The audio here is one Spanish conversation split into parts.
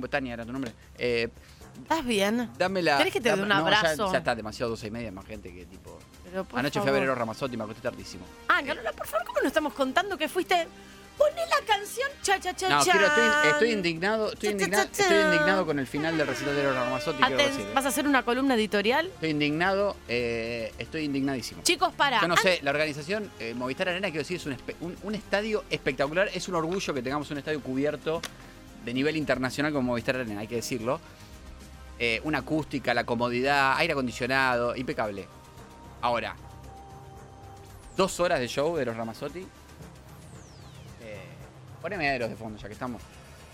Botania era tu nombre. Eh, ¿Estás bien? dame la. ¿Querés que te dé dame- un no, ya- abrazo? Ya, está demasiado dos y media, más gente que tipo. Pero, por Anoche fui a favor. ver Eros Ramazzotti, me acosté tardísimo. Ah, Carola, por favor, ¿cómo no estamos contando que fuiste? Poné la canción cha cha cha No, chan. quiero, estoy, estoy indignado, estoy, Cha, cha, indigna- cha, cha. estoy indignado con el final del recital de Eros Ramazzotti, quiero Aten- decir. eh. ¿Vas a hacer una columna editorial? Estoy indignado, eh, estoy indignadísimo. Chicos, para. Yo no sé, la organización eh, Movistar Arena, quiero decir, es un, espe- un- un estadio espectacular. Es un orgullo que tengamos un estadio cubierto de nivel internacional como Movistar Arena, hay que decirlo. Eh, una acústica, la comodidad, aire acondicionado, impecable. Ahora, dos horas de show de los Ramazzotti. Eh, poneme a Eros de fondo, ya que estamos.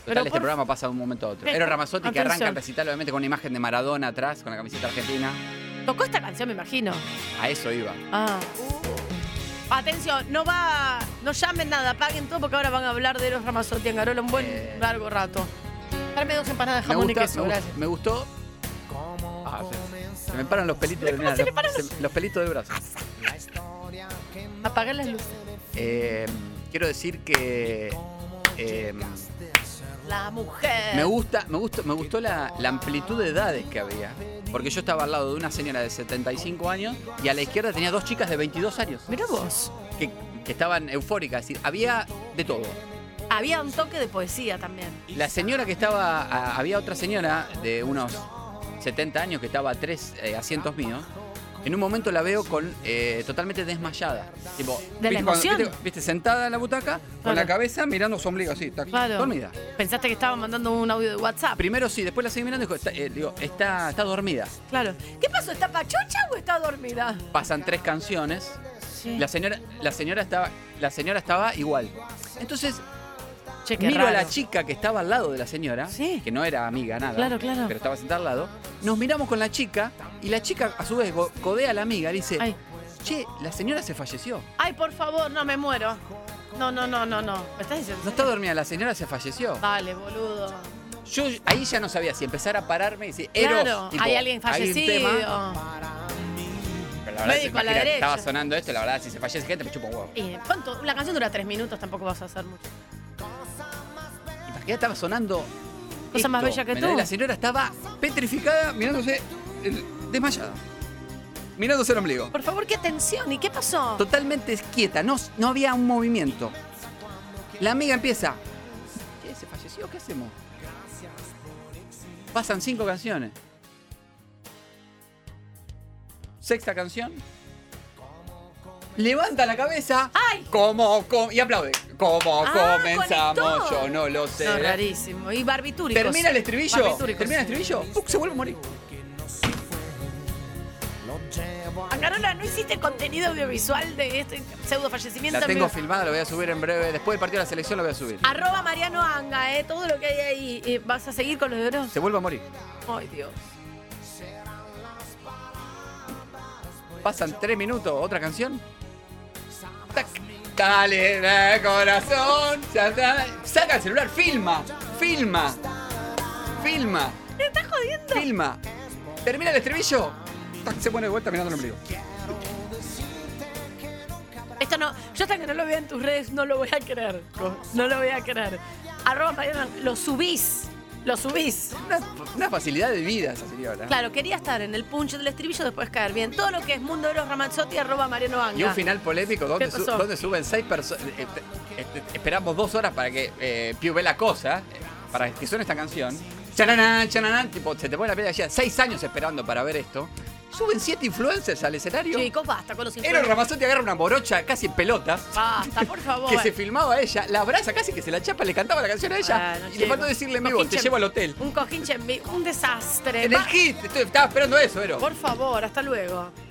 Pero Total, este por- programa pasa de un momento a otro. Pero, Eros Ramazzotti que arranca atención. el recital, obviamente, con una imagen de Maradona atrás, con la camiseta argentina. Tocó esta canción, me imagino. A eso iba. Ah. Atención, no va, no llamen nada, paguen todo porque ahora van a hablar de los Ramazotti en Garola un buen Eh. largo rato. Darme dos empanadas de Me, jamón gusta, y queso, me gu- gracias. me gustó. Ah, se, se me paran los pelitos de mira, se le los- paran se- los pelitos de brazo. Apagar las luces. Eh, quiero decir que eh, La mujer. me gusta, me gustó, me gustó la, la amplitud de edades que había. Porque yo estaba al lado de una señora de 75 años y a la izquierda tenía dos chicas de 22 años Mirá vos. que, que estaban eufóricas. Es decir, había de todo. Había un toque de poesía también. La señora que estaba, a- había otra señora de unos 70 años que estaba a tres eh, asientos míos. En un momento la veo con eh, totalmente desmayada. Tipo, De la viste cuando- emoción. viste- viste, sentada en la butaca, con Claro. la cabeza mirando su ombligo así, está Claro. dormida. Pensaste que estaba mandando un audio de WhatsApp. Primero sí, después la seguí mirando y dijo, está, eh, digo, está, está dormida. Claro. ¿Qué pasó? ¿Está pachocha o está dormida? Pasan tres canciones. Sí. La señora, la señora estaba, la señora estaba igual. Entonces, Che, qué miro a la raro. chica que estaba al lado de la señora, Sí. que no era amiga, nada. Claro, claro. Pero estaba sentada al lado. Nos miramos con la chica y la chica a su vez go- codea a la amiga y dice, Ay. che, la señora se falleció. Ay, por favor, no me muero. No, no, no, no, no. ¿Me estás diciendo? No está dormida, la señora se falleció. Dale, boludo. Yo ahí ya no sabía si empezar a pararme y decir, Eros, claro, tipo, hay alguien hay un fallecido. tema. Pero la verdad, Médico a la imagínate, derecha. estaba sonando esto, la verdad, si se fallece gente, me chupa un huevo. Y, ¿cuánto? La canción dura tres minutos, tampoco vas a hacer mucho. Imagínate, estaba sonando. esto, más bella que ¿me entendés? tú. La señora estaba petrificada, mirándose, eh, desmayada. Mirándose el ombligo. Por favor, qué atención. ¿Y qué pasó? totalmente quieta, no, no había un movimiento. La amiga empieza. ¿Qué? ¿Se falleció? ¿Qué hacemos? Pasan cinco canciones. Sexta canción. Levanta la cabeza. ¡Ay! Como, com- y aplaude. Como Ah, comenzamos, conectó. yo no lo sé. No, rarísimo. Y barbitúricos. Termina el estribillo. Barbitúricos. Termina el estribillo. ¡puc! se vuelve a morir. Ah, Carola, ¿no hiciste contenido audiovisual de este pseudo fallecimiento? La tengo Amigo. filmada, la voy a subir en breve. Después del partido de la selección la voy a subir. Arroba Mariano Anga, ¿eh? Todo lo que hay ahí. Eh, ¿Vas a seguir con los de oro? Se vuelve a morir. Ay, Dios. Pasan tres minutos, otra canción. Tac. Dale, de corazón. Ya está. Saca el celular, filma, filma, filma, ¿Me estás jodiendo? filma. Termina el estribillo. Tac, se pone de vuelta mirando el ombligo. Esto no, yo hasta que no lo vea en tus redes no lo voy a creer. No lo voy a creer. Arroba Mariano Anga, lo subís. Lo subís. Una, una facilidad de vida esa señora. Claro, quería estar en el punch del estribillo después caer bien. Todo lo que es Mundo Eros Ramazzotti, arroba Mariano Anga. Y un final polémico donde, ¿Qué su- pasó? donde suben seis eh, personas. esperamos dos horas para que eh, Piu ve la cosa, eh, para que suene esta canción. Chananán, chananán, tipo, se te pone la piel de gallina. Seis años esperando para ver esto. Suben siete influencers al escenario. Chicos, basta con los Eros influencers. Ramazotti agarra una morocha casi en pelotas. Basta, por favor. Que se filmaba a ella, la abraza casi que se la chapa, le cantaba la canción a ella. Bueno, y le chicos. faltó decirle en vivo, Cojín te chem- llevo al hotel. Un cojín chembi, un desastre. En el Va- hit, estoy- estaba esperando eso, Eros. Por favor, hasta luego.